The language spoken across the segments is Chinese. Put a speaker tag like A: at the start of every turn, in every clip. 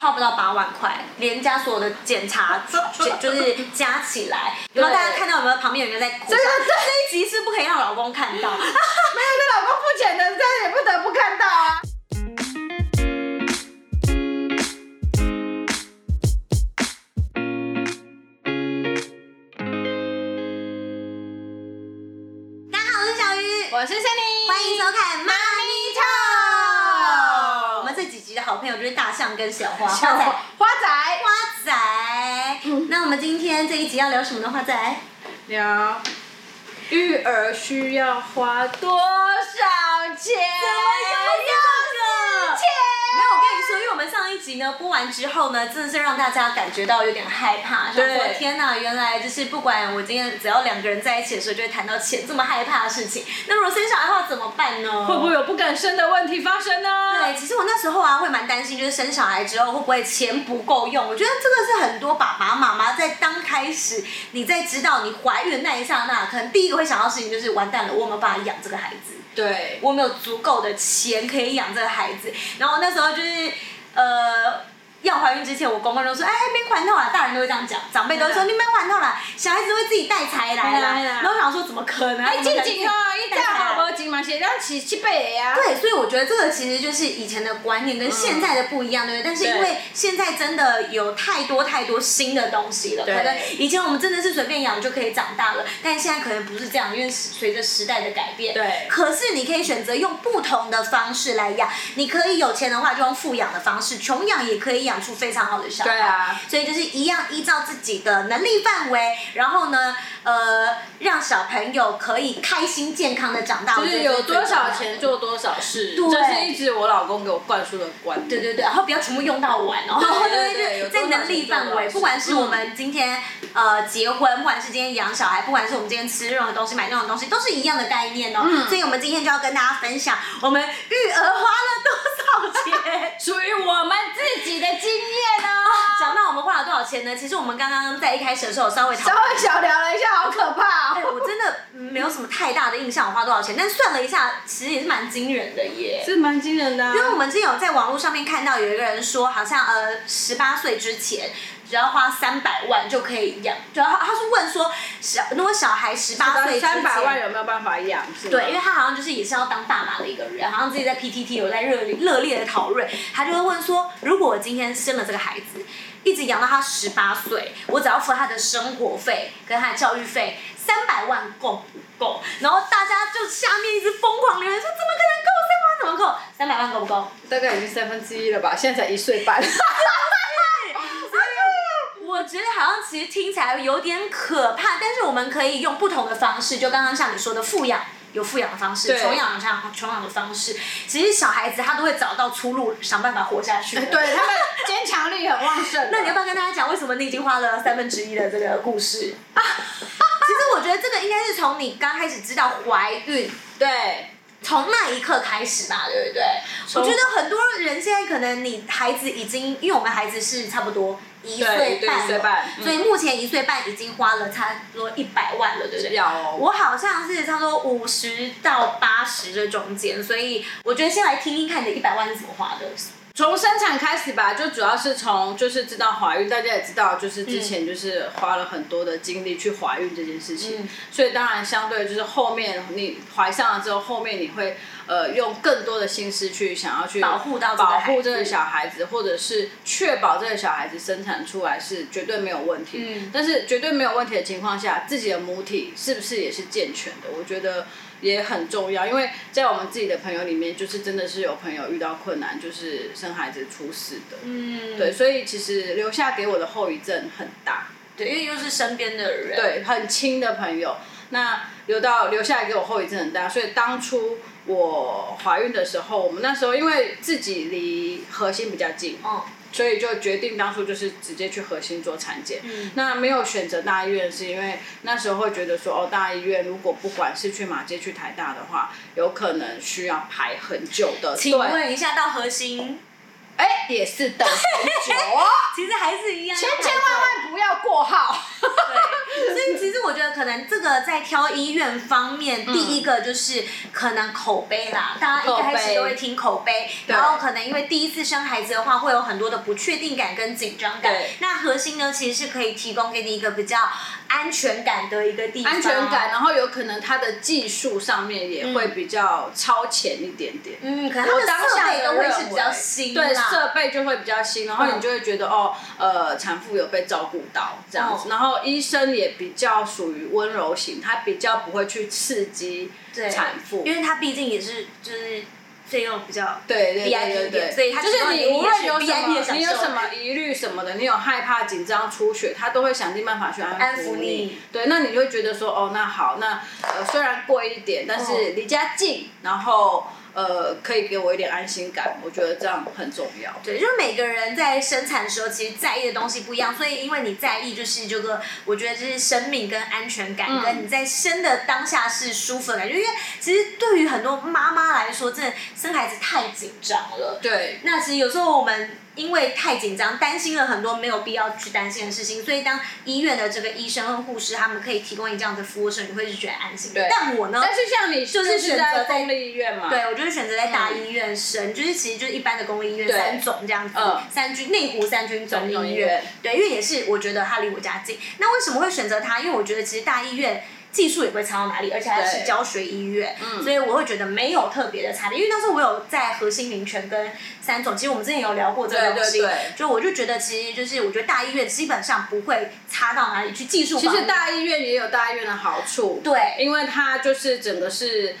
A: 花不到八万块，连加所有的检 查就就是加起来。然后大家看到有没有旁边有人在哭？
B: 真的对
A: 这一集是不可以让老公看到。
B: 没有那老公付钱的，但是也不得不看到啊。
A: 大家好，我是小鱼，
B: 我是森林，
A: 欢迎收看《妈咪臭》。我们这几集的好朋友就是大象跟小花，花
B: 小
A: 仔，
B: 花仔
A: 花仔。那我们今天这一集要聊什么呢？花仔？
B: 聊育儿需要花多少钱？
A: 又
B: 钱？
A: 没有，我跟你说，因为我们上一集呢播完之后呢，真的是让大家感觉到有点害怕，想说
B: 对
A: 天哪，原来就是不管我今天只要两个人在一起的时候，就会谈到钱这么害怕的事情。那如果生小孩的话怎么办呢？
B: 会不会有不敢生的问题发生呢？
A: 对，其实我那时候啊，会蛮担心，就是生小孩之后会不会钱不够用。我觉得这个是很多爸爸妈妈在刚开始，你在知道你怀孕的那一刹那，可能第一个会想到的事情就是完蛋了，我有没有办法养这个孩子？
B: 对，
A: 我没有足够的钱可以养这个孩子。然后那时候就是呃。要怀孕之前，我公公就说：“哎，没还套啦！”大人都会这样讲，长辈都会说：“
B: 对啊
A: 你没还套啦，小孩子会自己带财来
B: 对
A: 啦
B: 啊对。啊
A: 然后我想说：“怎么可能？”
B: 哎，
A: 怎么
B: 进
A: 可能自己
B: 前哦，一
A: 带
B: 大
A: 财来
B: 好无钱嘛是咱饲七八个啊。嗯
A: 对，所以我觉得这个其实就是以前的观念跟现在的不一样，对不对？但是因
B: 对
A: 为现在真的有太多太多新的东西了，可
B: 对
A: 能以前我们真的是随便养就可以长大了，但现在可能不是这样，因为随着时代的改变。
B: 对
A: 可是你可以选择用不同的方式来养，你可以有钱的话就用富养的方式，穷养也可以养出非常好的小孩。
B: 对啊，
A: 所以就是一样依照自己的能力范围，然后呢，呃，让小朋友可以开心健康的长大。
B: 就
A: 我觉
B: 是
A: 得这
B: 有
A: 最
B: 多
A: 重要
B: 少
A: 的
B: 钱做多少事，
A: 对
B: 这是一直我老公给我灌输的观
A: 对对
B: 点。
A: 对，然后不要全部用到完哦，
B: 对
A: 对
B: 对对
A: 对，在
B: 有多少
A: 能力
B: 钱
A: 范
B: 多
A: 围，
B: 少
A: 不管是
B: 嗯
A: 我们今天呃结婚，不管是今天养小孩，不管是我们今天吃任何东西、买任何东西，都是一样的概念哦。
B: 嗯
A: 所以我们今天就要跟大家分享我们育儿花了多少钱。
B: 属于我们自己的经验哦。
A: 讲到我们花了多少钱呢？其实我们刚刚在一开始的时候有稍微讨
B: 稍
A: 论。
B: 微小聊了一下，好可怕
A: 哎，
B: 哦！
A: 我真的没有什么太大的印象，我花多少钱，但算了一下，其实也是蛮惊人的耶。
B: 是蛮惊人的、啊
A: 因为我们之前有在网络上面看到有一个人说，好像呃十八岁之前只要花三百万就可以养，主要他他是问说小如果小孩十八岁之前
B: 三百万有没有办法养？是吗
A: 对，因为他好像就是也是要当爸爸的一个人，好像自己在 PTT 有在热烈热烈的讨论，他就会问说，如果我今天生了这个孩子，一直养到他十八岁，我只要付他的生活费跟他的教育费三百万够不够？然后大家就下面一直疯狂留言说，怎么可能够？三百万怎么够？三百万够不够？
B: 大概已经三分之一了吧，现在才一岁半。
A: 我觉得好像其实听起来有点可怕，但是我们可以用不同的方式，就刚刚像你说的富养。有富养的方式，
B: 对
A: 穷养有像穷养的方式，其实小孩子他都会找到出路，想办法活下去。
B: 哎对，他们坚强力很旺盛。
A: 那你要不要跟大家讲，为什么你已经花了三分之一的这个故 事？其实我觉得这个应该是从你刚开始知道怀孕
B: 对
A: 从那一刻开始吧，对不对？我
B: 从
A: 觉得很多人现在可能你孩子已经，因为我们孩子是差不多一岁
B: 对
A: 半了，
B: 对一岁半嗯
A: 所以目前一岁半已经花了差不多一百万了，对不对？
B: 要哦
A: 我好像是差不多五十到八十这中间，所以我觉得先来听听看你的一百万是怎么花的。
B: 从生产开始吧，就主要是从就是知道怀孕，大家也知道，就是之前就是花了很多的精力去怀孕这件事情，
A: 嗯
B: 所以当然相对就是后面你怀上了之后，后面你会呃用更多的心思去想要去
A: 保护到这个
B: 保
A: 孩子
B: 护这个小孩子，或者是确保这个小孩子生产出来是绝对没有问题，
A: 嗯
B: 但是绝对没有问题的情况下，自己的母体是不是也是健全的？我觉得。也很重要，因为在我们自己的朋友里面，就是真的是有朋友遇到困难，就是生孩子出事的，
A: 嗯，
B: 对，所以其实留下给我的后遗症很大，
A: 对，因为又是身边的人，，
B: 对，很亲的朋友，那留到留下来给我后遗症很大，所以当初我怀孕的时候，我们那时候因为自己离核心比较近，
A: 嗯，
B: 所以就决定当初就是直接去核心做产检。那没有选择大医院，是因为那时候会觉得说，哦，大医院如果不管是去马街去台大的话，有可能需要排很久的
A: 请
B: 队。
A: 问一下到核心，
B: 哎、也是等很久哦，
A: 其实还是一样要
B: 千
A: 排队，
B: 千万万不要过号。
A: 对，所以其实我觉得可能这个在挑医院方面，
B: 嗯
A: 第一个就是可能口碑啦，大家一开始都会听口碑，然后可能因为第一次生孩子的话，会有很多的不确定感跟紧张感
C: 对。
A: 那核心呢，其实是可以提供给你一个比较安全感的一个地方，
B: 安全感，。然后有可能它的技术上面也会比较超前一点点。
A: 嗯，可能
B: 我
A: 它
B: 当
A: 的设
B: 下
A: 备
B: 的
A: 都会是比较新啦，
B: 对设备就会比较新，然后你就会觉得、哦，呃，产妇有被照顾到这样子，
A: 嗯
B: 然后医生也比较属于温柔型，他比较不会去刺激
A: 对
B: 产妇，
A: 因为它毕竟也是就是费用比较
B: 对对对
A: VIP 点
B: 对对，
A: 所以他
B: 就
A: 希望
B: 是
A: 你
B: 你无论有
A: 也是
B: 什
A: VIP 的
B: 么，
A: 享
B: 你有
A: 受
B: 什么疑虑什么的，你有害怕、紧张、出血，他都会想尽办法去安
A: 安
B: 抚
A: 抚你
B: 对，那你就会觉得说，哦，那好，那呃虽然贵一点，但是
A: 嗯
B: 离家近，然后呃可以给我一点安心感，我觉得这样很重要。
A: 对，就是每个人在生产的时候，其实在意的东西不一样，所以因为你在意，就是这个，我觉得这是生命跟安全感，
B: 嗯
A: 跟你在生的当下是舒服的感觉。因为其实对于很多妈妈来说，真的生孩子太紧张了。
B: 对，
A: 那其实有时候我们因为太紧张，担心了很多没有必要去担心的事情，所以当医院的这个医生和护士他们可以提供你这样的服务的时候，你会是觉得安心的
B: 对。
A: 但我呢，
B: 但是像你就是
A: 选择
B: 在
A: 在
B: 公立医院嘛，
A: 对，我就是选择在大
B: 嗯
A: 医院生，就是其实就是一般的公立医院
B: 对
A: 三总这样子，
B: 嗯
A: 三军内湖三军总
B: 总
A: 医
B: 医
A: 院
B: 院，
A: 对，因为也是我觉得它离我家近。那为什么会选择它？因为我觉得其实大医院。技术也不会差到哪里，而且它是
B: 对
A: 教学医院，
B: 嗯
A: 所以我会觉得没有特别的差别。因为那时候我有在核心民权跟三总，其实我们之前有聊过这个
B: 对
A: 东西，
B: 对对
A: 就我就觉得其实就是我觉得大医院基本上不会差到哪里去，技术
B: 其实
A: 方面
B: 大医院也有大医院的好处，
A: 对
B: 因为它就是整个是。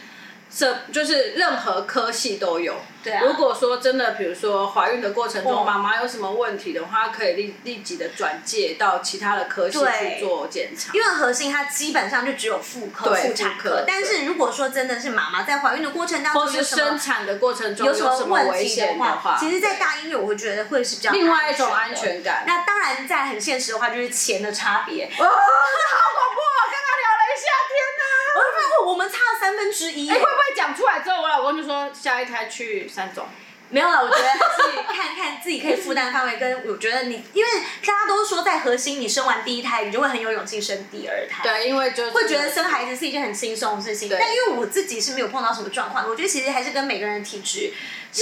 B: 这就是任何科系都有。
A: 对啊
B: 如果说真的，比如说怀孕的过程
A: 哦
B: 中，妈妈有什么问题的话，可以立立即的转介到其他的科系
A: 对
B: 去做检查
A: 因。为核心它基本上就只有妇科、
B: 对
A: 妇产
B: 妇科
A: 科，但是如果说真的是妈妈在怀孕的过程当
B: 或
A: 中有什
B: 是
A: 么
B: 生产的过程中
A: 有
B: 什
A: 么问
B: 危
A: 题的
B: 险
A: 话，
B: 话，
A: 其实，在大医院我会觉得会是比较
B: 另外一种
A: 的
B: 安全感
A: 那当然，在很现实的话，就是钱的差别。
B: 哦，好 恐怖哦！刚刚聊了一下，天哪！
A: 我就发现我们差了三分之一
B: 哎、。会不会讲出来之后，我老公就说下一胎去三种？
A: 没有了，我觉得自己看看自己可以负担范围，跟我觉得你，因为大家都说在核心，你生完第一胎，你就会很有勇气生第二胎。。
B: 对，因为就是
A: 会觉得生孩子是一件很轻松的事情，
B: 对
A: 但因为我自己是没有碰到什么状况，我觉得其实还是跟每个人的体质、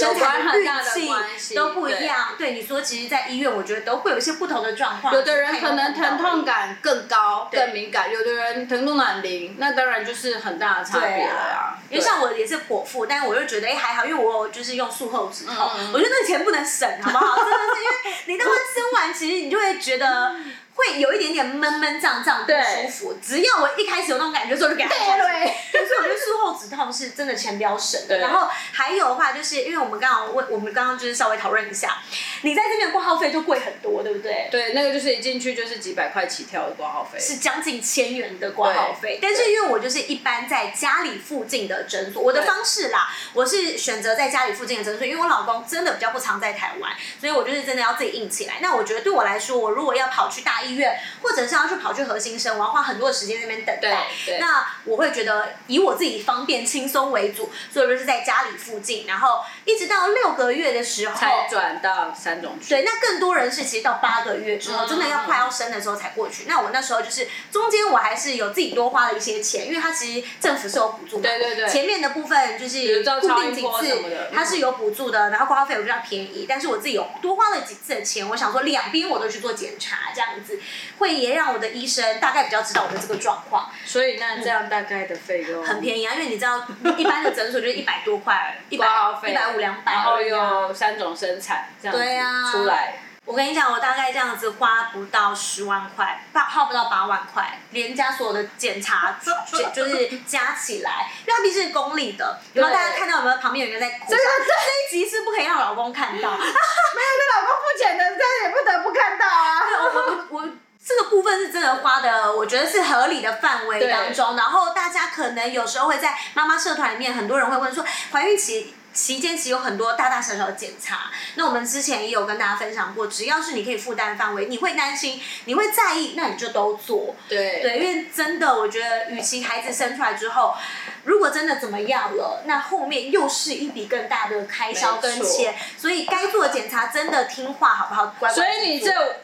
B: 有
A: 生产
B: 关很大的
A: 运
B: 关
A: 气
B: 系
A: 都不一样。对你说，其实，在医院我觉得都会有一些不同的状况。
B: 有的人可能疼痛
A: 感。
B: 感更高、
A: 对
B: 更敏感，有的人疼痛感零，那当然就是很大的差
A: 对
B: 别了
A: 啊
B: 啊。，
A: 因为像我也是剖腹，但我就觉得哎、还好，因为我有就是用术后止痛，
B: 嗯嗯
A: 我觉得那个钱不能省，好不好？真的是因为你当他生完，其实你就会觉得会有一点点闷闷胀胀不
B: 嗯对
A: 舒服。只要我一开始有那种感觉的时候，就给他
B: 对对
A: 对，所以我觉得术后止痛是真的钱比较省的。
B: 对
A: 然后还有的话，就是因为我们刚刚问，我们刚刚就是稍微讨论一下，你在这边挂号费就贵很多，对不对？
B: 对，那个就是一进去就是几百块起跳的挂号费。
A: 是将近千元的挂号费，但是因为我就是一般在家里附近的诊所，我的方式啦，我是选择在家里附近的诊所，因为我老公真的比较不常在台湾，所以我就是真的要自己硬起来。那我觉得对我来说，我如果要跑去大医院，或者是要去跑去核心生，我要花很多的时间在那边等待
B: 对。对
A: 那我会觉得以我自己方便轻松为主，所以我就是在家里附近，然后一直到六个月的时候
B: 才转到三种去。
A: 对，那更多人是其实到八个月之后，真的要快要生的时候才过去。那我那时候就是中间我还是有自己多花了一些钱，因为它其实政府是有补助的。
B: 对对对
A: 前面的部分就
B: 比
A: 是
B: 如照
A: 固
B: 超
A: 定
B: 音
A: 几
B: 波
A: 次
B: 什么的，嗯
A: 它是有补助的，然后挂号费我比较便宜，但是我自己有多花了几次的钱，我想说两边我都去做检查，这样子会也让我的医生大概比较知道我的这个状况。
B: 所以那这样大概的费用
A: 很便宜啊，因为你知道一般的诊所就是一百多块，一百
B: 挂号费哎
A: 一百五两百
B: 然后
A: 而已啊，
B: 又三种生产这样
A: 对啊
B: 子出来，
A: 我跟你讲，我大概这样子花不到十万块，八花不到八万块，连加所有的检查就就是加起来，因为它毕竟是公立的。然后大家看到有没有旁边有人在哭？这这一集是不可以让老公看到。
B: 那老公付钱的，但也不得不看到啊。
A: 我我我这个部分是真的花的，我觉得是合理的范围当中。然后大家可能有时候会在妈妈社团里面，很多人会问说，怀孕期。期间其实有很多大大小小的检查，那我们之前也有跟大家分享过，只要是你可以负担范围，你会担心，你会在意，那你就都做。
B: 对
A: 对，因为真的，我觉得，与其孩子生出来之后，如果真的怎么样了，那后面又是一笔更大的开销跟
B: 没错
A: 钱，所以该做的检查真的听话好不好？乖乖
B: 所
A: 去
B: 以你
A: 做
B: 这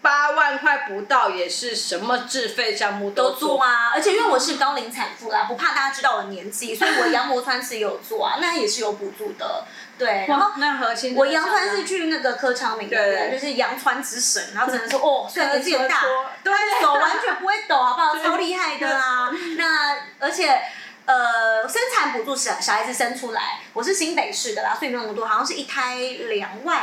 B: 八万块不到，也是什么自费项目
A: 都
B: 都
A: 做啊，而且因为我是高龄产妇啦，不怕大家知道我年纪，所以我羊膜穿刺也有做啊， 那也是有补助的。对，然
B: 哇
A: 后，
B: 那核心
A: 我羊川是去那个柯昌明那边，
B: 对
A: 就是羊川之神，然后只能 说哦，虽然年纪很大，
B: 对
A: 手完全不会抖，好不 好？超厉害的啦、那而且。呃，生产补助小小孩子生出来，我是新北市的啦，所以没有那么多，好像是一胎两万，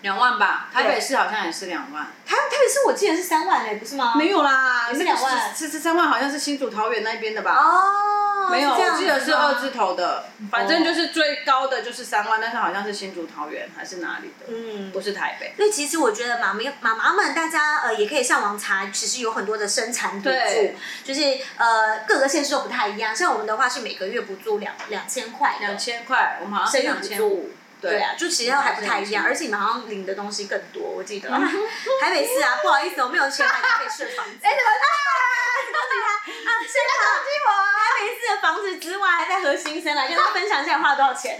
B: 两万吧，台北市好像也是两万，
A: 台台北市我记得是三万嘞、不是吗？
B: 没有啦，
A: 也是
B: 那个
A: 两万
B: 是是三万，好像是新竹桃园那边的吧？
A: 哦，
B: 没有，
A: 这样
B: 我记得
A: 子
B: 是哦
A: 吗
B: 二字头的，反正就是最高的就是三万，但是好像是新竹桃园还是哪里的，
A: 嗯
B: 不是台北。
A: 所以其实我觉得妈咪妈妈们，大家呃也可以上网查，其实有很多的生产补助
B: 对，
A: 就是呃各个县市都不太一样。像我们的话是每个月补助两两千块的，
B: 两千块，我们好
A: 生
B: 像是
A: 育
B: 两
A: 补
B: 千
A: 助
B: 五，。
A: 对啊，就其实还不太一样，
B: 嗯
A: 而且你们好像领的东西更多，我记得。 台北市啊，不好意思，我没有钱买台北市的房子。哎，怎么 啊？恭喜他啊！现在好
B: 啊
A: 台北市的房子之外，还在核心生了，跟他分享一下花了多少钱。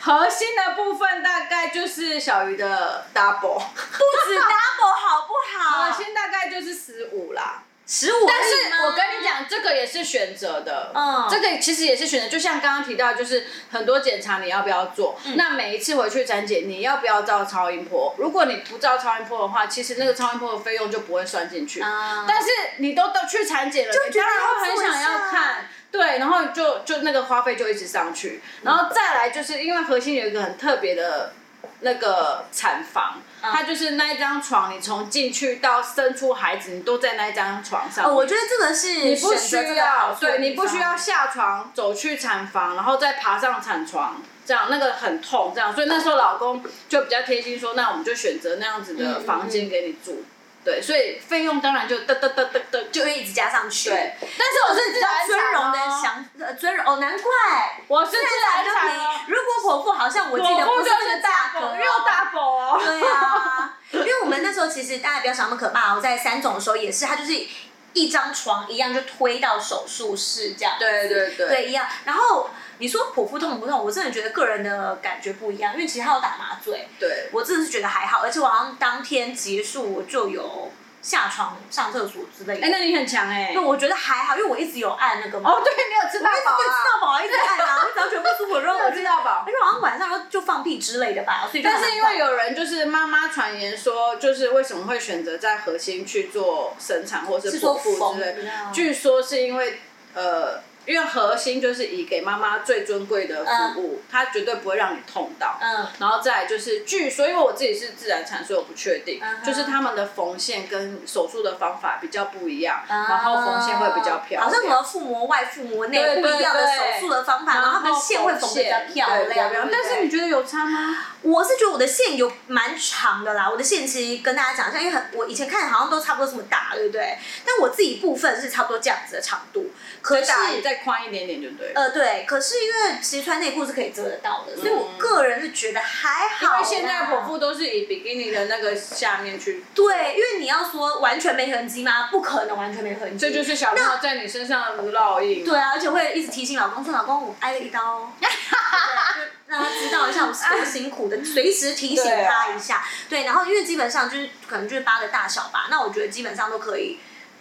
B: 核心的部分大概就是小鱼的 double，
A: 不止 double 好不好？
B: 核心大概就是十五啦。
A: 十五，
B: 啊但是我跟你讲，这个也是选择的，
A: 嗯
B: 这个其实也是选择。就像刚刚提到，就是很多检查你要不要做，
A: 嗯
B: 那每一次回去产检你要不要照超音波？如果你不照超音波的话，其实那个超音波的费用就不会算进去。
A: 啊
B: 但是你都都去产检了，
A: 就
B: 你
A: 觉得
B: 当然
A: 要
B: 会很
A: 做一
B: 想要
A: 下
B: 看。对，然后就就那个花费就一直上去，
A: 嗯
B: 然后再来就是因为核心有一个很特别的那个产房，
A: 嗯
B: 它就是那一张床，你从进去到生出孩子，你都在那一张床上。
A: 哦，我觉得这个是你
B: 你不需要，对你不需要下床走去产房，然后再爬上产床，这样那个很痛，这样，所以那时候老公就比较贴心说，那我们就选择那样子
A: 嗯
B: 的房间给你住，对，所以费用当然就嘚嘚�d 嘚就
A: 就会一直加上去。
B: 对，，但是我是自然
A: 尊
B: 产
A: 荣
B: 哦
A: 的想呃尊荣哦，难怪
B: 我是自然
A: 就
B: 产哦
A: 你，如果婆婆好像我记
B: 我
A: 得
B: 不
A: 不
B: 就
A: 这
B: 是
A: 个
B: 大
A: 格
B: 狗，
A: 哦
B: 又大狗哦，
A: 对啊，因为我们那时候其实大家不要想那么可怕哦，在三种的时候也是，它就是一张床一样就推到手术室这样。
B: 对对对
A: 对，一样。然后你说剖腹痛不痛？我真的觉得个人的感觉不一样，因为其实他有打麻醉，
B: 对，
A: 我真的是觉得还好，而且我好像当天结束我就有下床上厕所之类的。
B: 哎，那你很强哎，
A: 那我觉得还好，因为我一直有按那个嘛。
B: 哦，对，你有吃
A: 我
B: 大
A: 一直
B: 宝
A: 对
B: 啊
A: 吃，到饱啊，一直按啊，我只要觉得不舒服，然后我
B: 对
A: 就
B: 吃到饱
A: 而且好像晚上就就放屁之类的吧，所以就
B: 但是因
A: 还好
B: 为有人就是妈妈传言说，就是为什么会选择在核心去做生产或是
A: 是说
B: 剖腹之类
A: 缝啊，
B: 据说是因为呃，因为核心就是以给妈妈最尊贵的服务，它绝对不会让你痛到。
A: 嗯
B: 然后再来就是据说，因为我自己是自然产，所以我不确定
A: 嗯哼
B: 就是他们的缝线跟手术的方法比较不一样然
A: 啊
B: 后缝线会比较漂亮。
A: 好像什么腹膜外、腹膜内
B: 对对
A: 不一样的手
B: 对
A: 术的方法，然后它的线会缝的比较漂亮。
B: 对比较
A: 对不对
B: 但是你觉得有差吗？
A: 我是觉得我的线有蛮长的啦，我的线其实跟大家讲一下，因为很我以前看好像都差不多这么大，对不对？但我自己部分是差不多这样子的长度，可是
B: 大再宽一点点就对了。
A: 呃对，可是因为其实穿内裤是可以遮得到的，所以我个人是觉得还好
B: 因
A: 啦。
B: 为现在剖腹都是以比基尼的那个下面去，
A: 对，因为你要说完全没痕迹吗？不可能完全没痕迹，
B: 这就是小朋友在你身上的烙印。
A: 对啊，而且会一直提醒老公说：“老公，我挨了一刀哦。”对就让他知道一下我是多辛苦的，随时提醒他一下。
B: 啊
A: 对，然后因为基本上就是可能就是疤的大小吧，那我觉得基本上都可以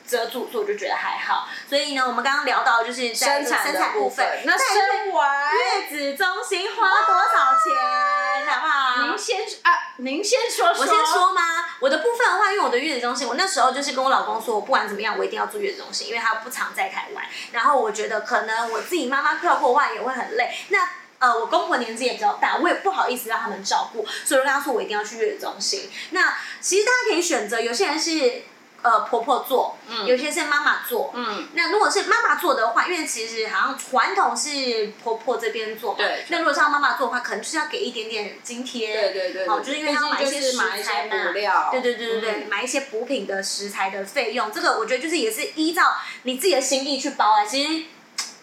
A: 遮住，所以我就觉得还好。所以呢，我们刚刚聊到就是在
B: 生
A: 这个
B: 产
A: 生
B: 的
A: 产
B: 部
A: 部分
B: 分，，那
A: 再来
B: 生完，
A: 月子中心花多少钱，好不好？
B: 您先啊，您先说说，
A: 我先说吗？我的部分的话，因为我的月子中心，我那时候就是跟我老公说，我不管怎么样，我一定要住月子中心，因为他不常在台湾。然后我觉得可能我自己妈妈照顾的话也会很累。那呃，我公婆年纪也比较大，我也不好意思让他们照顾，所以我跟他说我一定要去月子中心。那其实大家可以选择，有些人是呃婆婆做，有些是妈妈做，
B: 嗯，
A: 那如果是妈妈做的话，因为其实好像传统是婆婆这边做嘛，
B: 对
A: 那如果是要妈妈做的话，可能就是要给一点点津贴，
B: 对对对，
A: 好，就是因为
B: 毕
A: 他
B: 竟
A: 要买一些
B: 就是
A: 食
B: 买一
A: 材
B: 些
A: 嘛
B: 补，料，嗯
A: 对对对对对，买一些补品的食材的费用，这个我觉得就是也是依照你自己的心意去包啊。其实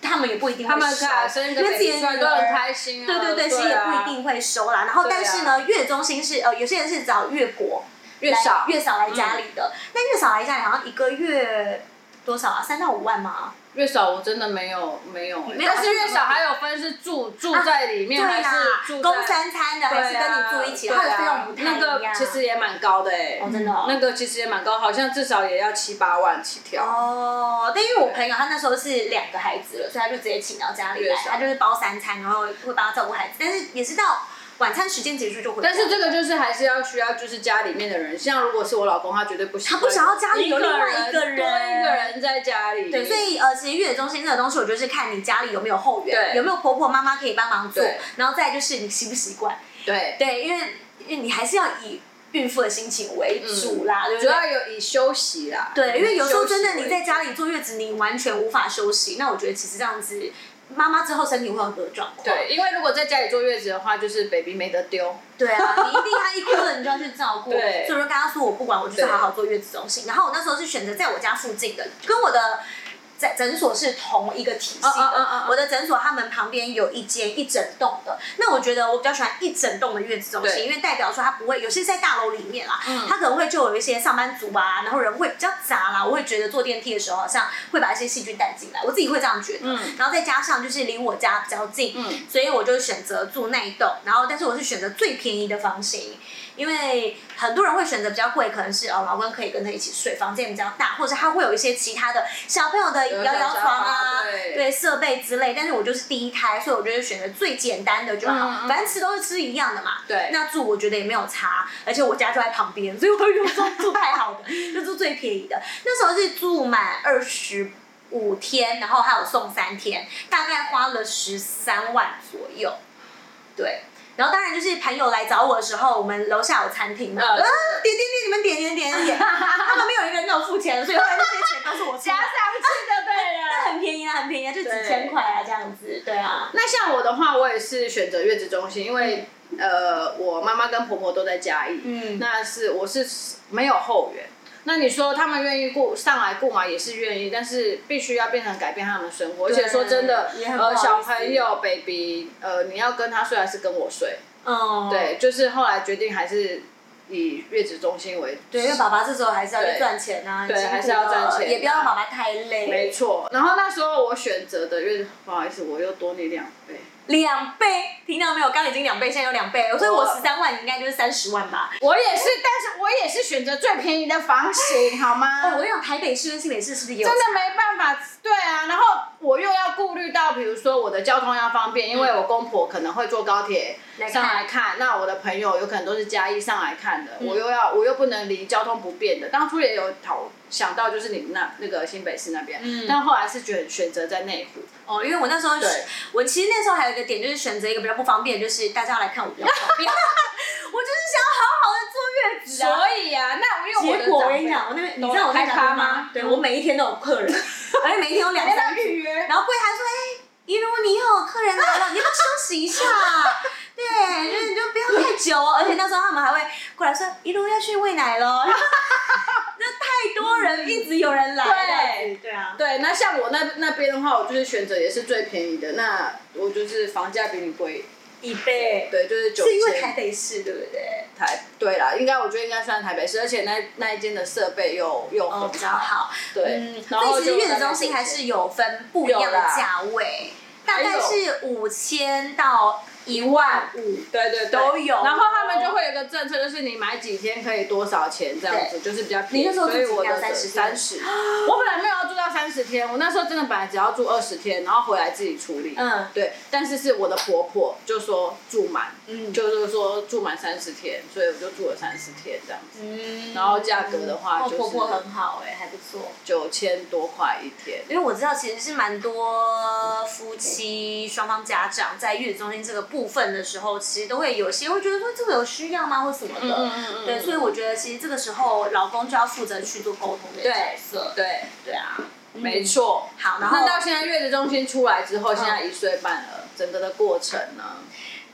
A: 他们也不一定会
B: 他们
A: 收
B: 看生一个
A: 因为自己
B: baby 出
A: 的
B: 来
A: 女
B: 都很
A: 儿。
B: 开心啊，
A: 对对对，
B: 对，
A: 其实也不一，定会收啦。然后，
B: 对啊
A: 但是呢，月中心是呃，有些人是找月婆
B: 越
A: 来
B: 少嗯
A: 月嫂来家里的。那月嫂来家里好像一个月多少啊？三到五万吗？
B: 月嫂我真的没有没有、欸
A: 没有啊
B: 但是月嫂还有分是住住在里面、还
A: 对
B: 是
A: 啦
B: 住，在
A: 供三餐的还是
B: 对
A: 跟
B: 啊
A: 你住一起，
B: 对
A: 它
B: 啊
A: 的费用不太
B: 那
A: 一
B: 个
A: 样。
B: 其实也蛮高的哎、
A: 哦真的哦
B: 那个其实也蛮高，好像至少也要七八万起跳。
A: 哦，但因为我朋友他那时候是两个孩子了，所以他就直接请到家里来
B: 月，嫂
A: 他就是包三餐，然后会帮他照顾孩子，但是也是到晚餐时间结束就回家。
B: 但是这个就是还是要需要就是家里面的人，像如果是我老公，他绝对不喜欢
A: 他不想要家里有另外
B: 一
A: 一个人
B: 多一个人在家里。
A: 对，所以呃，其实月子中心这个东西，我觉得是看你家里有没有后援，
B: 对
A: 有没有婆婆妈妈可以帮忙做
B: 对，
A: 然后再就是你习不习惯。
B: 对，
A: 对，因为因为你还是要以孕妇的心情为主啦，对不
B: 嗯主
A: 对？
B: 要有以休息啦。
A: 对，因为有时候真
B: 休息
A: 的
B: 为
A: 你在家里坐月子，你完全无法休息。那我觉得其实这样子，妈妈之后身体会有很多状况。
B: 对，因为如果在家里坐月子的话，就是 baby 没得丢。
A: 对啊，你一定他一哭了，你就要去照顾。
B: 对
A: 所以我就跟他说，我不管，我就是
B: 对
A: 好好做月子中心。然后我那时候是选择在我家附近的，跟我的诊诊所是同一个体系的。
B: 哦哦哦哦
A: 我的诊所他们旁边有一间一整栋的，那我觉得我比较喜欢一整栋的月子中心，
B: 对
A: 因为代表说它不会，有些是在大楼里面啦，
B: 嗯
A: 它可能会就有一些上班族啊，然后人会比较杂啦，我会觉得坐电梯的时候好像会把一些细菌带进来，我自己会这样觉得。
B: 嗯
A: 然后再加上就是离我家比较近，
B: 嗯
A: 所以我就选择住那一栋，然后但是我是选择最便宜的房型，因为很多人会选择比较贵，可能是哦老公可以跟他一起睡，房间比较大，或者他会有一些其他的小朋友的摇摇床啊，
B: 有小沙发对
A: 设备之类。但是我就是第一胎，所以我就是选择最简单的就好，
B: 嗯嗯嗯
A: 反正吃都是吃一样的嘛。
B: 对
A: 那住我觉得也没有差，而且我家就在旁边，所以我就住住太好 的，就住最便宜的。那时候是住满二十五天，然后还有送三天，大概花了十三万左右。对，然后当然就是朋友来找我的时候，我们楼下有餐厅嘛，
B: 呃
A: 啊，点点点，你们点点点 点，他们没有一个人给我付钱，所以后来那些钱都是我出的。
B: 去的对 了。
A: 很便宜啊，很便宜啊，就几
B: 对
A: 千块啊，这样子，对啊。
B: 那像我的话，我也是选择月子中心，因为、呃，我妈妈跟婆婆都在嘉义，
A: 嗯
B: 那是我是没有后援。那你说他们愿意雇上来雇嘛，也是愿意，但是必须要变成改变他们的生活。而且说真的
A: 也，很不好
B: 呃，
A: 意思
B: 小朋友 baby，呃，你要跟他睡还是跟我睡？
A: 嗯，
B: 对，就是后来决定还是以月子中心为
A: 对，因为爸爸这时候还是要去
B: 对
A: 赚钱啊，
B: 对
A: 很辛苦
B: 还是要赚钱
A: 的也不要让爸爸太累，
B: 没错。然后那时候我选择的月，不好意思，我又多你两倍。
A: 两倍，听到没有？刚刚已经两倍，现在有两倍了，所以我
B: 我
A: 十三万应该就是三十万吧。
B: 我也是，但是我也是选择最便宜的房型，好
A: 哎，
B: 吗？
A: 我跟你讲，台北市跟新北市是不是也有？
B: 真的没办法，对啊。然后我又要顾虑到，比如说我的交通要方便，因为我公婆可能会坐高铁
A: 来看
B: 上来看，那我的朋友有可能都是嘉义上来看的，我又要我又不能离交通不便的。当初也有讨想到就是你们那那个新北市那边，但后来是选选择在内湖。
A: 哦，因为我那时候是
B: 对，
A: 我其实那时候还有一个点就是选择一个比较不方便，就是大家来看我比较不 方便，我就是想要好好的坐月子啊。
B: 所以啊，那因为我的
A: 结果我
B: 长
A: 跟你
B: 辈
A: 讲，我那边你
B: 都
A: 知道我在
B: 开
A: 哪
B: 趴
A: 边吗
B: 吗？？
A: 对我每一天都有客人， 而且每一天有两
B: 要
A: 三
B: 不要预约
A: 然后柜台说：“哎、一如你有客人来了，你要不要休息一下？ 对，就是你就不要太久哦。而且那时候他们还会过来说：一路要去喂奶喽。 那太多人，一直有人来。这样
B: 对
A: 子对啊。
B: 对，那像我那那边的话，我就是选择也是最便宜的，那我就是房价比你贵，
A: 一倍，
B: 对，就是九
A: 是因为
B: 千
A: 台北市，对不对？
B: 台，对啦，应该我觉得应该算台北市，而且那那一间的设备又又很
A: 哦，比较，好。
B: 对，
A: 嗯，所
B: 然后
A: 以其实
B: 就
A: 月
B: 大
A: 子
B: 概
A: 中心还是有分不一样的
B: 有啦
A: 价位，大概
B: 还有
A: 是五千到一万五。
B: 对对对
A: 都有
B: 然后他们就会有一个政策，就是你买几天可以多少钱这样子，就是比较便宜。
A: 你那时候住
B: 所以
A: 几
B: 我
A: 天
B: 的
A: 30天
B: 三十，我本来没有要住到三十天，我那时候真的本来只要住二十天，然后回来自己处理。
A: 嗯
B: 对。但是是我的婆婆就说住满，
A: 嗯
B: 就是说住满三十天，所以我就住了三十天这样子，
A: 嗯
B: 然后价格的话
A: 哦
B: 就是
A: 婆婆很好哎、还不错。
B: 九千多块一天。
A: 因为我知道其实是蛮多夫妻双方家长在月子中心这个部分的时候，其实都会有些会觉得说这个有需要吗或什么的，
B: 嗯嗯嗯嗯
A: 对，所以我觉得其实这个时候老公就要负责去做沟通的角色，
B: 对，
A: 对啊，
B: 没错。
A: 好然后嗯
B: 那到现在月子中心出来之后，现在一岁半了，整个的过程呢？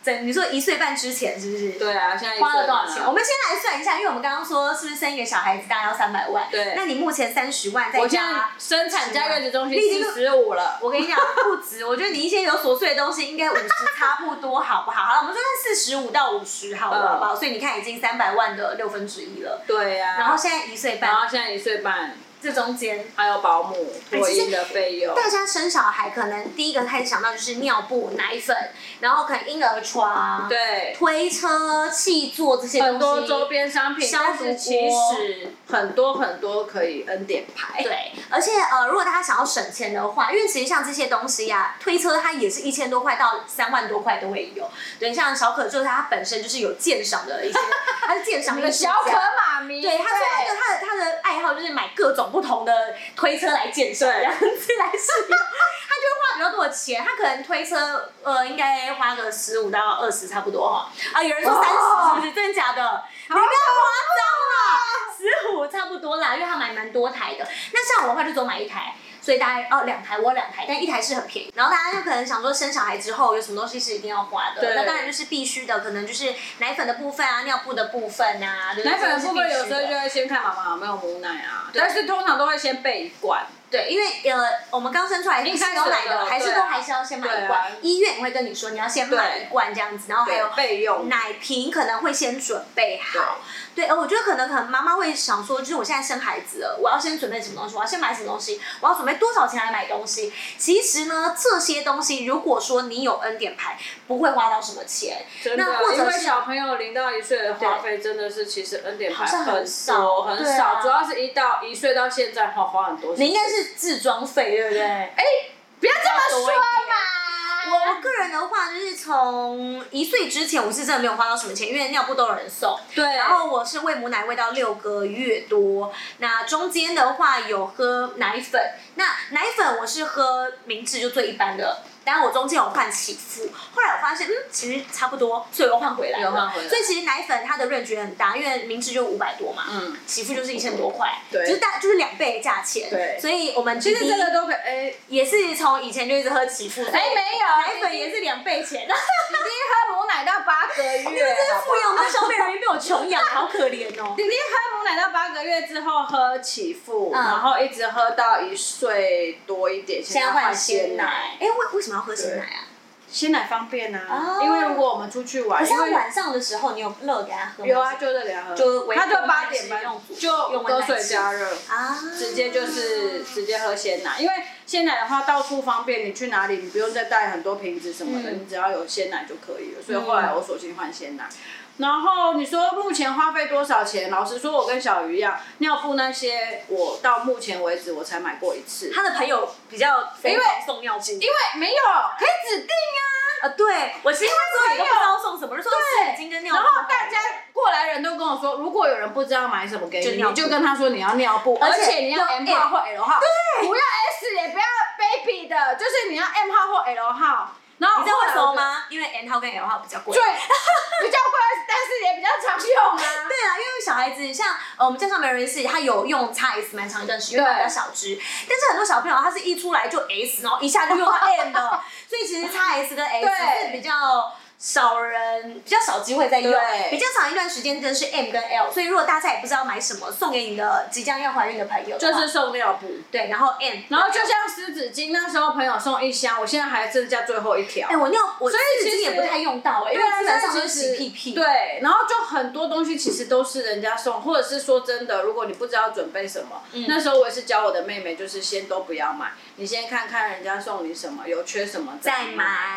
A: 在你说一岁半之前是不是？。
B: 对啊，现在一岁
A: 花了
B: 半
A: 多少钱？我们先来算一下，因为我们刚刚说是不是生一个小孩子大概要三百万？
B: 对
A: 那你目前三十万在
B: 我现在
A: 家，
B: 生产加月子中心
A: 你已经
B: 四十五了。
A: 我跟你讲不止，我觉得你一些有琐碎的东西应该五十差不多，好不好？好了，我们就算四十五到五十好了，
B: 嗯
A: 好不好？所以你看已经三百万的六分之一了。
B: 对呀、啊。
A: 然后现在一岁
B: 然
A: 半，
B: 后现在一岁半，
A: 这中间，
B: 还有保姆、托
A: 其实
B: 婴的费用，
A: 大家生小孩可能第一个开始想到就是尿布、奶粉，然后可能婴儿床、
B: 对，
A: 推车、气座这些东西，
B: 很多周边商品，
A: 消
B: 但
A: 毒
B: 是其实很多很多可以恩典牌，
A: 对，而且呃，如果大家想要省钱的话，因为其实像这些东西呀、推车它也是一千多块到三万多块都会有。对，像小可就是它本身就是有鉴赏的一些，它是鉴赏
B: 你
A: 的
B: 的
A: 世家
B: 小可妈咪，
A: 对，他说他的他的他的爱好就是买各种不同的推车来健身，
B: 对
A: 然后自己来使用。 他就会花比较多的钱，他可能推车呃应该花个十五到二十差不多哈。啊，有人说三十
B: 哦
A: 是不是？真的假的？你不要夸啊张了，十五差不多啦，因为他买蛮多台的。那像我的话就总买一台。所以大概哦两台，我有两台，但一台是很便宜。然后大家就可能想说生小孩之后有什么东西是一定要花的，
B: 对
A: 那当然就是必须的，可能就是奶粉的部分啊、尿布的部分啊，对不对
B: 奶粉的部分
A: 这
B: 有
A: 个是必须
B: 时候就会先看妈妈有没有母奶啊，
A: 对
B: 但是通常都会先备一罐。
A: 对，因为呃，我们刚生出来
B: 一
A: 是
B: 开始
A: 有奶的，
B: 的
A: 还是
B: 对
A: 都
B: 啊
A: 还是要先买一
B: 对啊
A: 罐。医院也会跟你说，你要先买一
B: 对
A: 罐这样子，然后还有
B: 对备用
A: 奶瓶可能会先准备好。对，呃，我觉得可能可能妈妈会想说，就是我现在生孩子了，我要先准备什么东西，我要先买什么东西，我要准备多少钱来买东西。其实呢，这些东西如果说你有恩典牌，不会花到什么钱。
B: 真的
A: 那或，
B: 因
A: 者
B: 为
A: 是
B: 小朋友零到一岁的花费真的是，其实恩典
A: 好
B: 牌
A: 像很
B: 很
A: 少
B: 少很
A: 对啊
B: 少，主要是一到一岁到现在花花很多。
A: 你应该是自装费，对不对？哎，
B: 不要这
A: 多一点我个人的话，就是从一岁之前，我是真的没有花到什么钱，因为尿布都有人送。
B: 对，
A: 然后我是喂母奶喂到六个月多，那中间的话有喝奶粉，那奶粉我是喝明治就最一般的，但我中间有换起伏，后来我发现嗯其实差不多，所以我又换回来了，
B: 又换回来
A: 所以其实奶粉它的润觉很大，因为明治就五百多嘛，
B: 嗯，
A: 起伏就是一千多块，
B: 对
A: 就是大就是两倍的价钱，
B: 对
A: 所以我们
B: 其实
A: 弟弟
B: 这个都可以，哎
A: 也是从以前就一直喝起伏，所以
B: 哎没有，
A: 奶粉也是两倍 钱，
B: 弟弟喝母奶到八个月，
A: 真是
B: 好不
A: 富
B: 好
A: 有，那消费人员被我穷养，好可怜哦。
B: 弟弟喝母奶到八个月之后喝起腹，
A: 嗯
B: 然后一直喝到一岁多一点，
A: 现
B: 现
A: 在
B: 在
A: 换
B: 换
A: 鲜
B: 鲜
A: 奶
B: 奶。。
A: 哎、为为什么要喝鲜奶啊？
B: 鲜奶方便啊，
A: 哦
B: 因为如果我们出去玩，
A: 可是
B: 因
A: 他
B: 为
A: 晚上的时候，你有热给他喝吗？
B: 有啊，就这两盒，
A: 就微
B: 他就
A: 波
B: 八
A: 奶
B: 点半
A: 使用组
B: 就
A: 用完
B: 隔
A: 奶
B: 水
A: 汁
B: 加热，
A: 啊，
B: 直接就是直接喝鲜奶，因为鲜奶的话到处方便，你去哪里你不用再带很多瓶子什么的，
A: 嗯
B: 你只要有鲜奶就可以了。所以后来我索性换鲜奶。然后你说目前花费多少钱？老实说，我跟小鱼一样，尿布那些我到目前为止我才买过一次，
A: 他的朋友比较因
B: 因为
A: 送尿布，
B: 因为没有可以指定啊。
A: 啊，对我其实那时候也都不知道送什么，就说
B: 对
A: 纸巾跟尿布。
B: 然后大家过来人都跟我说，如果有人不知道买什么给
A: 就
B: 你，
A: 尿布
B: 你就跟他说你要尿布，
A: 而
B: 而
A: 且
B: 且你要
A: 要
B: M
A: M
B: 号或 L 号，对，不要 S 也不要 baby 的，就是你要 M 号或 L 号。然后
A: 你知道为什么
B: 后来我就？
A: 吗？因为 N 号跟 L 号比较贵。
B: 对， 比较贵，但是也比较常用啊。
A: 对啊，因为小孩子像呃，我们家上 Mary 是他有用 XS 蛮长一段时间，因为
B: 对
A: 他比较小只。但是很多小朋友他是一出来就 S，然后一下就用到 M 的，所以其实 XS 跟 S 是
B: 对
A: 比较。少人比较少机会在用，
B: 对
A: 比较长一段时间真的是 M 跟 L，所以如果大家也不知道买什么，送给你的即将要怀孕的朋友的
B: 就
A: 话，
B: 是送尿布，
A: 对，然后 M，
B: 然后就像湿纸巾，那时候朋友送一箱，我现在还剩下最后一条
A: 哎、。我尿我
B: 所以
A: 其
B: 其
A: 实
B: 实
A: 也不太用到、哎，因为
B: 啊
A: 基本上都是洗屁屁，
B: 对，然后就很多东西其实都是人家送，或者是说真的，如果你不知道准备什么，
A: 嗯
B: 那时候我也是教我的妹妹，就是先都不要买，你先看看人家送你什么，有缺什么
A: 再
B: 买。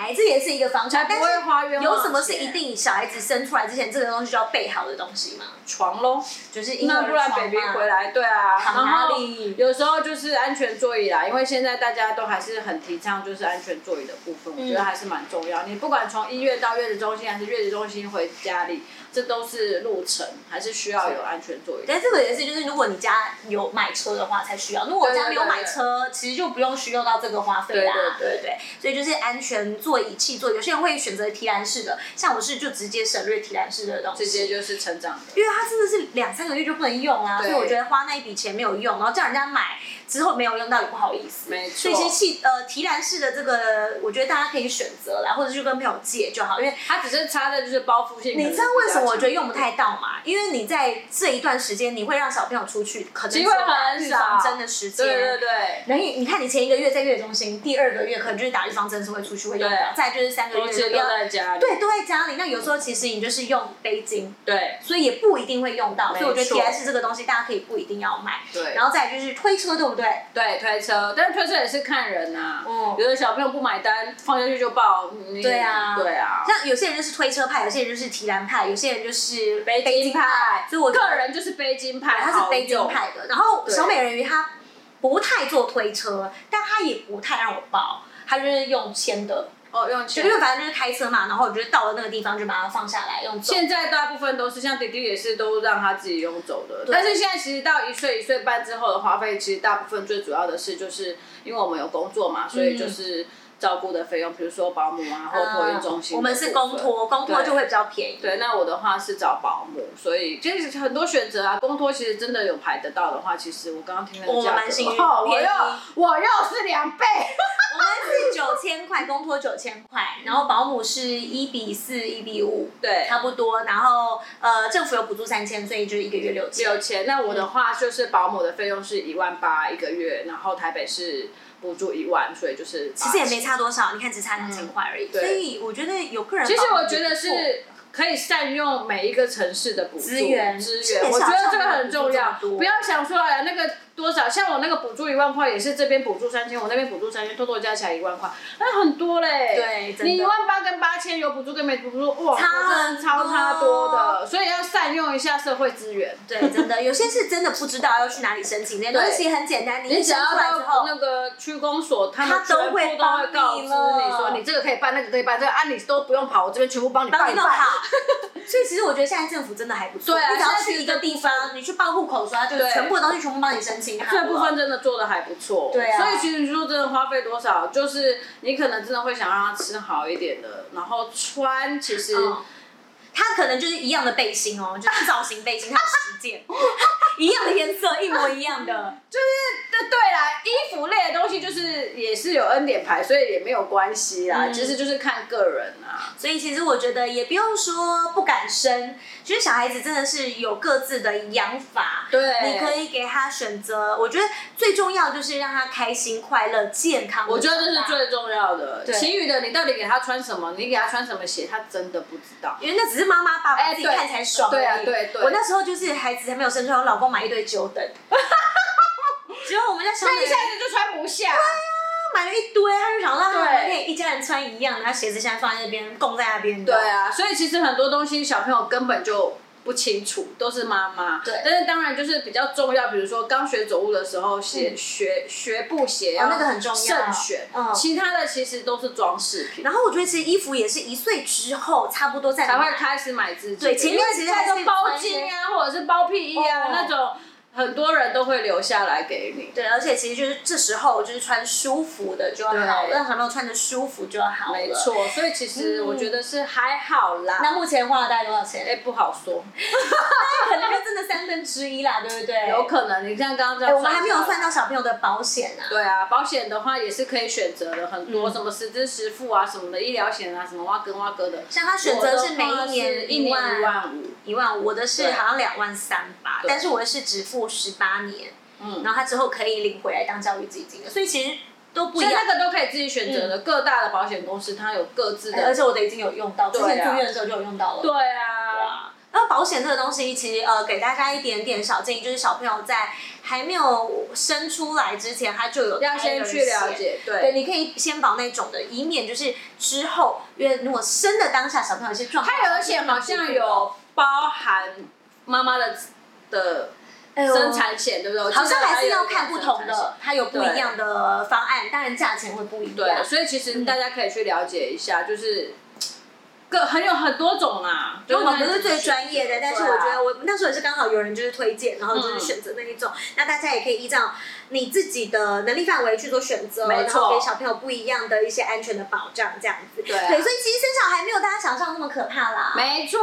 A: 买，这也是一个方法，
B: 不会花冤枉
A: 有什么是
B: 钱
A: 一定小孩子生出来之前这个东西就要备好的东西吗？
B: 床喽，
A: 就是婴儿
B: 那不然
A: 床嘛
B: baby 回来，对啊，
A: 躺
B: 然
A: 哪
B: 后
A: 里
B: 有时候就是安全座椅啦，因为现在大家都还是很提倡就是安全座椅的部
A: 嗯
B: 分，我觉得还是蛮重要。你不管从医院到月子中心，还是月子中心回家里，这都是路程，还是需要有安全座椅的。
A: 但这个也是，就是如果你家有买车的话才需要，如果我家没有买车，其实就不用需要到这个花费啦，
B: 对对对
A: 不对？所以就是安全座椅、气座，有些人会选择提篮式的，像我是就直接省略提篮式的东西，
B: 直接就是成长的。
A: 因为它真的是两三个月就不能用啊，所
B: 对
A: 以我觉得花那一笔钱没有用，然后叫人家买之后没有用到也不好意思。
B: 没错
A: 所以其实气呃提篮式的这个，我觉得大家可以选择啦，或者去跟朋友借就好，因为
B: 它只是差的就是包覆性。
A: 你知道为什么我觉得用不太到嘛？因为你在这一段时间，你会让小朋友出去，可能
B: 机会
A: 只有打
B: 很
A: 预防
B: 少
A: 针的时间。
B: 对对对，
A: 然后你你看，你前一个月在月子中心，第二个月可能就是打预防针是会出去会用到
B: 对，啊
A: 再就是三个月
B: 而且
A: 要
B: 都在家家里。
A: 对，都在家里。那有时候其实你就是用背巾，
B: 对
A: 所以也不一定会用到。所以我觉得
B: 没错
A: T S 这个东西大家可以不一定要买。
B: 对
A: 然后再来就是推车，对不对？
B: 对，推车，但是推车也是看人呐、
A: 嗯
B: 有的小朋友不买单，放下去就爆。你
A: 对啊
B: 对啊。
A: 像有些人就是推车派，有些人就是提篮派，有些人就是
B: 背巾派，
A: 所以我觉得
B: 个人就是背巾派，
A: 他是背巾
B: 好用
A: 派的。然后
B: 对
A: 小美人鱼她不太做推车，但她也不太让我包，她就是用牵的，
B: 哦，用
A: 就
B: 钱
A: 因。为反正就是开车嘛，然后我就是到了那个地方就把它放下来用走。啊
B: 现在大部分都是像弟弟也是都让他自己用走的，但是现在其实到一岁一岁半之后的花费，其实大部分最主要的是就是因为我们有工作
A: 嗯
B: 嘛，所以就是照顾的费用，比如说保姆啊或托运中心、
A: 嗯我们是公托，。公托
B: 对
A: 就会比较便宜。
B: 对，那我的话是找保姆，所以其实很多选择啊。公托其实真的有排得到的话，其实我刚刚听那个
A: 我们
B: 价格，
A: 蛮幸运
B: 哦我
A: 便宜
B: 又我又是两倍，
A: 我们是九千块，公托九千块，然后保姆是一比四、一比五，
B: 对
A: 差不多。然后呃，政府有补助三千，所以就是一个月六千。
B: 有钱。那我的话就是保姆的费用是一万八一个月，然后台北是补助一万，所以就是其
A: 其实也没。差多少，你看只差两千块而已。所以我觉得有个人，
B: 嗯其实我觉得是。可以善用每一个城市的补助
A: 资源
B: 资
A: 这
B: 源，
A: 也是
B: 我觉
A: 好
B: 得
A: 像
B: 这个很重要。
A: 没有补助这么多
B: 不要想说哎呀，那个多少，像我那个补助一万块，也是这边补助三千，我那边补助三千，偷偷加起来一万块，那很多嘞。
A: 对真的
B: 你一万八跟八千有补助跟没补助，哇，
A: 差很多
B: 真的超差多的。所以要善用一下社会资源。对，
A: 哦对，真的有些是真的不知道要去哪里申请，那些东西很简单，你一
B: 只
A: 申
B: 要
A: 出来之
B: 到
A: 后，
B: 那个区公所，他们
A: 他都
B: 全部都
A: 会
B: 会
A: 帮你
B: 告知你
A: 了
B: 说，你这个可以办，那个可以办，这个啊你都不用跑，我这边全部帮你
A: 帮
B: 办
A: 你
B: 一
A: 弄
B: 办。
A: 好。所以其实我觉得现在政府真的还不错，
B: 对啊
A: 你只要
B: 现在
A: 去一个地方，你去报户口的时候，他就
B: 对啊
A: 全部的东西全部帮你申请嗯好了。
B: 这部分真的做的还不错，
A: 对啊
B: 所以其实你说真的花费多少，就是你可能真的会想让他吃好一点的，然后穿其实、
A: 嗯它可能就是一样的背心哦，就是造型背心，它有十 件，一样的颜色，一模一样的。
B: 就是呃对对啦，衣服类的东西就是也是有恩典牌，所以也没有关系啦，其实就是看个人啊。
A: 所以其实我觉得也不用说不敢生，其实小孩子真的是有各自的养法。
B: 对
A: 你可以给他选择。我觉得最重要就是让他开心、快乐、健康。
B: 我觉得这是，最重要的，
A: 对
B: 其余的你到底给他穿什么，你给他穿什么鞋，他真的不知道。
A: 因为那只是妈妈爸爸
B: 哎
A: 自己
B: 对
A: 看起来爽而已。
B: 对啊对对
A: 我那时候就是孩子还没有生出来，我老公买一堆九等，结果我们家小
B: 他
A: 美
B: 一
A: 人
B: 下子就穿不下，
A: 买了一堆，他就想让他们可
B: 对
A: 以一家人穿一样的，他鞋子现在放在那边，供在那边。
B: 对，啊，所以其实很多东西小朋友根本就不清楚，都是妈妈。
A: 对
B: 但是当然就是比较重要，比如说刚学走路的时候，鞋、学学步鞋
A: 嗯
B: 要、
A: 哦那个很重要
B: 慎选。
A: 嗯
B: 其他的其实都是装饰品。
A: 然后我觉得其实衣服也是一岁之后差不多再
B: 才
A: 买
B: 会开始买自己的，
A: 对前面
B: 因为
A: 其实还是
B: 那种包
A: 穿一些
B: 巾啊，或者是包屁衣啊、
A: 哦
B: 那种，很多人都会留下来给你。
A: 对，而且其实就是这时候就是穿舒服的就好了，
B: 对
A: 让小朋友穿的舒服就好了。
B: 没。错，所以其实我觉得是还好啦。
A: 嗯那目前花了大概多少钱？
B: 哎、不好说，
A: 可能就真的三分之一啦，对不对？
B: 有可能你像刚刚这
A: 哎。
B: 样
A: 我
B: 算下
A: 们
B: 来，
A: 还没有算到小朋友的保险啊。
B: 对啊，保险的话也是可以选择的很
A: 嗯
B: 多，什么实支实付啊，什么的医疗险啊，什么挖根挖哥的。
A: 像他选择是每一
B: 我的话
A: 年
B: 是一年
A: 万
B: 一万五，
A: 一万五，我的是
B: 对
A: 好像两万三吧，但是我的是只付十八年，
B: 嗯
A: 然后他之后可以领回来当教育基金的，所以其实都不一
B: 所以
A: 样。
B: 那个都可以自己选择的。各大的保险公司它有各自
A: 嗯哎而
B: 的。
A: 且我的已经有用到，之前
B: 对啊
A: 住院的时候就有用到了。
B: 对啊，
A: 啊。那保险这个东西，其实呃，给大家一点点小建议，就是小朋友在还没有生出来之前，他就有
B: 要先去了解。
A: 胎儿险。对，
B: 对，
A: 你可以先保那种的，以免就是之后，因为如果生的当下小朋友有些状况，
B: 胎儿险好像有包含妈妈的的
A: 哎呦
B: 生产险，对不对？
A: 好像还是要
B: 我记得
A: 看不
B: 有一个生
A: 同
B: 产险
A: 的，它有不
B: 对
A: 一样的方案，当然价钱会不一样
B: 对，。所以其实大家可以去了解一下，就是各很有很多种啦。
A: 因嗯
B: 就
A: 为我们不是最专业的，但是我觉
B: 对啊
A: 得我那时候也是刚好有人就是推荐，然后
B: 嗯
A: 就是选择那一种。那大家也可以依照你自己的能力范围去做选择，
B: 没
A: 然
B: 错
A: 后给小朋友不一样的一些安全的保障，这样子。
B: 对啊
A: 所以其实生小孩没有大家想象那么可怕啦。
B: 没错，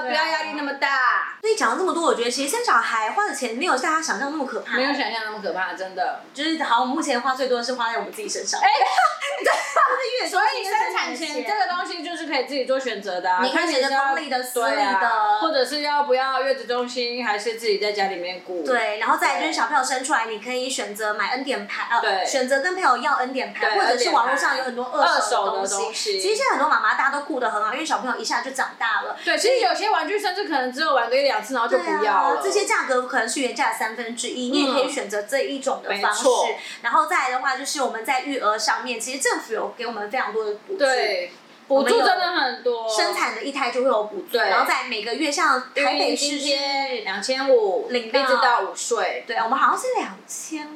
B: 不
A: 啊
B: 要压力那么大，
A: 所以讲了这么多，我觉得其实生小孩花的钱没有大家想象那么可怕。
B: 没有想象那么可怕，真的。
A: 就是好，我们目前花最多的是花在我们自己身上。
B: 哎、
A: 是月
B: 所以
A: 经
B: 生产前这个东西就是可以自己做选择的、啊，
A: 你可以
B: 看
A: 选择
B: 是要
A: 公立的私
B: 对啊
A: 立的
B: 或者是要不要月子中心，还是自己在家里面顾。
A: 对，然后再来就
B: 对
A: 是小朋友生出来，你可以选择买恩典盘，
B: 对
A: 呃，选择跟朋友要恩典盘，
B: 对
A: 或者
B: 恩典
A: 是
B: 盘
A: 网络上有很多
B: 二
A: 二
B: 手
A: 手
B: 的
A: 的
B: 东
A: 东
B: 西
A: 西。其实现在很多妈妈大家都顾得很好，因为小朋友一下就长大了。
B: 对，其实有些玩具甚至可能只有玩个一两次，然后就不要了。
A: 啊这些价格可能是原价的三分之一，你也可以选择这一种的
B: 没
A: 方式
B: 错。
A: 然后再来的话，就是我们在育儿上面，其实政府有给我们非常多的补助。
B: 对补助
A: 们有
B: 真的很多，
A: 生产的一胎就会有补助，
B: 对
A: 然后在每个月像台北市
B: 津，贴两千五，
A: 领
B: 一
A: 到
B: 直到五岁，
A: 对啊我们好像是两千，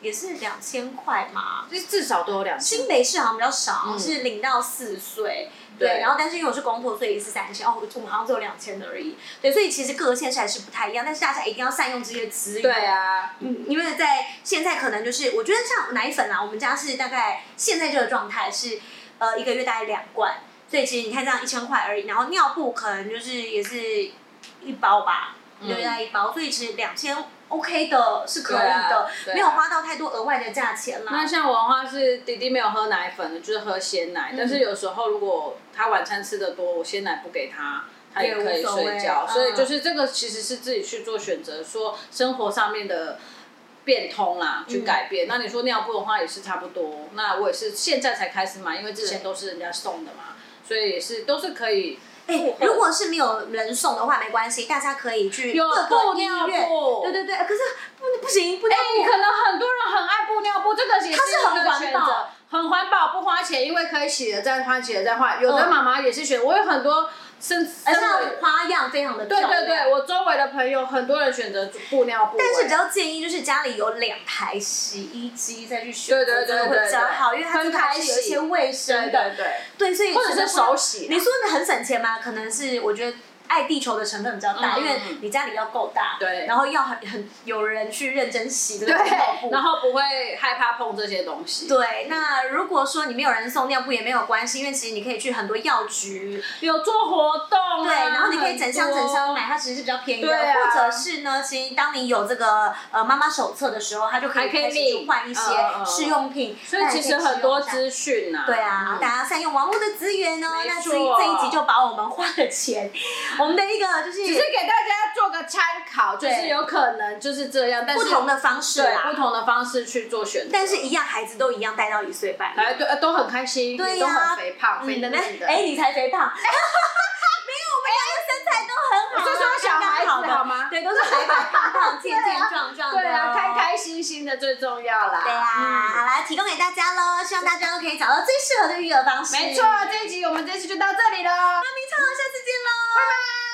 A: 也是两千块嘛。
B: 就至少都有两千。
A: 新北市好像比较少，
B: 嗯
A: 是零到四岁。
B: 对
A: 对，然后但是因为我是公婆，所以是三千哦，我们好像只有两千的而已。对，所以其实各县市还是不太一样，但是大家一定要善用这些资源。
B: 对啊，
A: 嗯，因为在现在可能就是，我觉得像奶粉啦，我们家是大概现在这个状态是，呃，一个月大概两罐，所以其实你看这样一千块而已，然后尿布可能就是也是一包吧，
B: 嗯
A: 一个月大概一包，所以其实两千 OK 的是可以
B: 对啊
A: 的，
B: 对啊
A: 没有花到太多额外的价钱啦。
B: 那像我的话是弟弟没有喝奶粉的，就是喝鲜奶，
A: 嗯
B: 但是有时候如果他晚餐吃的多，我鲜奶不给他。他也可
A: 也
B: 以
A: 无所谓
B: 睡觉，
A: 嗯
B: 所以就是这个其实是自己去做选择，说生活上面的变通啦，去
A: 嗯
B: 改变。那你说尿布的话也是差不多，那我也是现在才开始买，因为之前都是人家送的嘛，所以也是都是可以
A: 哎， 如果是没有人送的话，没关系，大家可以去
B: 有
A: 各
B: 布
A: 个医
B: 尿
A: 院。
B: 布，
A: 对对对，可是不不行，不尿
B: 哎、
A: 布
B: 可能很多人很爱布尿布，这个也
A: 它是
B: 一
A: 很
B: 个
A: 环
B: 选
A: 保
B: 择，很环保，不花钱，因为可以洗了再换，洗了再换。有的妈妈也是选，我有很多身，
A: 而且
B: 身
A: 它
B: 为
A: 的花样非常的漂
B: 对
A: 亮。
B: 对对，我周围的朋友很多人选择布尿布、
A: 但是
B: 哎
A: 比较建议就是家里有两台洗衣机再去选
B: 对
A: 择，
B: 对对
A: 真的会比较
B: 对对
A: 好，因为它
B: 分
A: 真的
B: 开
A: 还是有一
B: 洗
A: 些卫生
B: 对
A: 的，
B: 对对，
A: 对， 所以
B: 或者是
A: 真的不要
B: 手洗啊
A: 你说的很省钱吗？可能是我觉得。爱地球的成分比较大，
B: 嗯
A: 因为你家里要够大，
B: 对
A: 然后要很很有人去认真洗这个尿
B: 对，
A: 布，
B: 然后不会害怕碰这些东西。
A: 对。那如果说你没有人送尿布也没有关系，因为其实你可以去很多药局，
B: 有做活动、啊，
A: 对，然后你可以整箱整箱
B: 买。
A: 买，它其实是比较便宜的。
B: 对啊
A: 或者是呢，其实当你有这个呃妈妈手册的时候，它就可
B: 还
A: 以
B: 可以
A: 开始去
B: 领
A: 换一些
B: 嗯嗯嗯
A: 试用品。
B: 所以
A: 大家
B: 其
A: 可
B: 实
A: 试
B: 很
A: 用
B: 多
A: 一下
B: 资讯呐、
A: 对啊，大
B: 嗯
A: 家善用网络的资源哦。
B: 没
A: 那这
B: 错
A: 一这一集就把我们花的钱，我们的一个就
B: 只
A: 是
B: 是给大家做个参考，就是
A: 对
B: 有可能就是这样，但
A: 不
B: 是
A: 同的方式
B: 对
A: 啦
B: 不。同的方式去做选择，
A: 但是一样，孩子都一样带到一岁半。
B: 哎对呃都很开心，
A: 对
B: 也都
A: 呀
B: 很肥胖，肥
A: 嗯
B: 嫩嫩啊的。
A: 哎，你才肥胖。没 有，我们两个身材都很好啊，
B: 我是说小孩子
A: 刚刚的
B: 好吗
A: 对，都是白白胖胖、健健壮壮的哦。
B: 对啊，开开心心的最重要啦。嗯
A: 对呀、好啦，提供给大家喽，希望大家都可以找到最适合的育儿方式。
B: 没错，这一集我们这次就到这里喽，
A: 那明超，下次见喽，
B: 拜拜。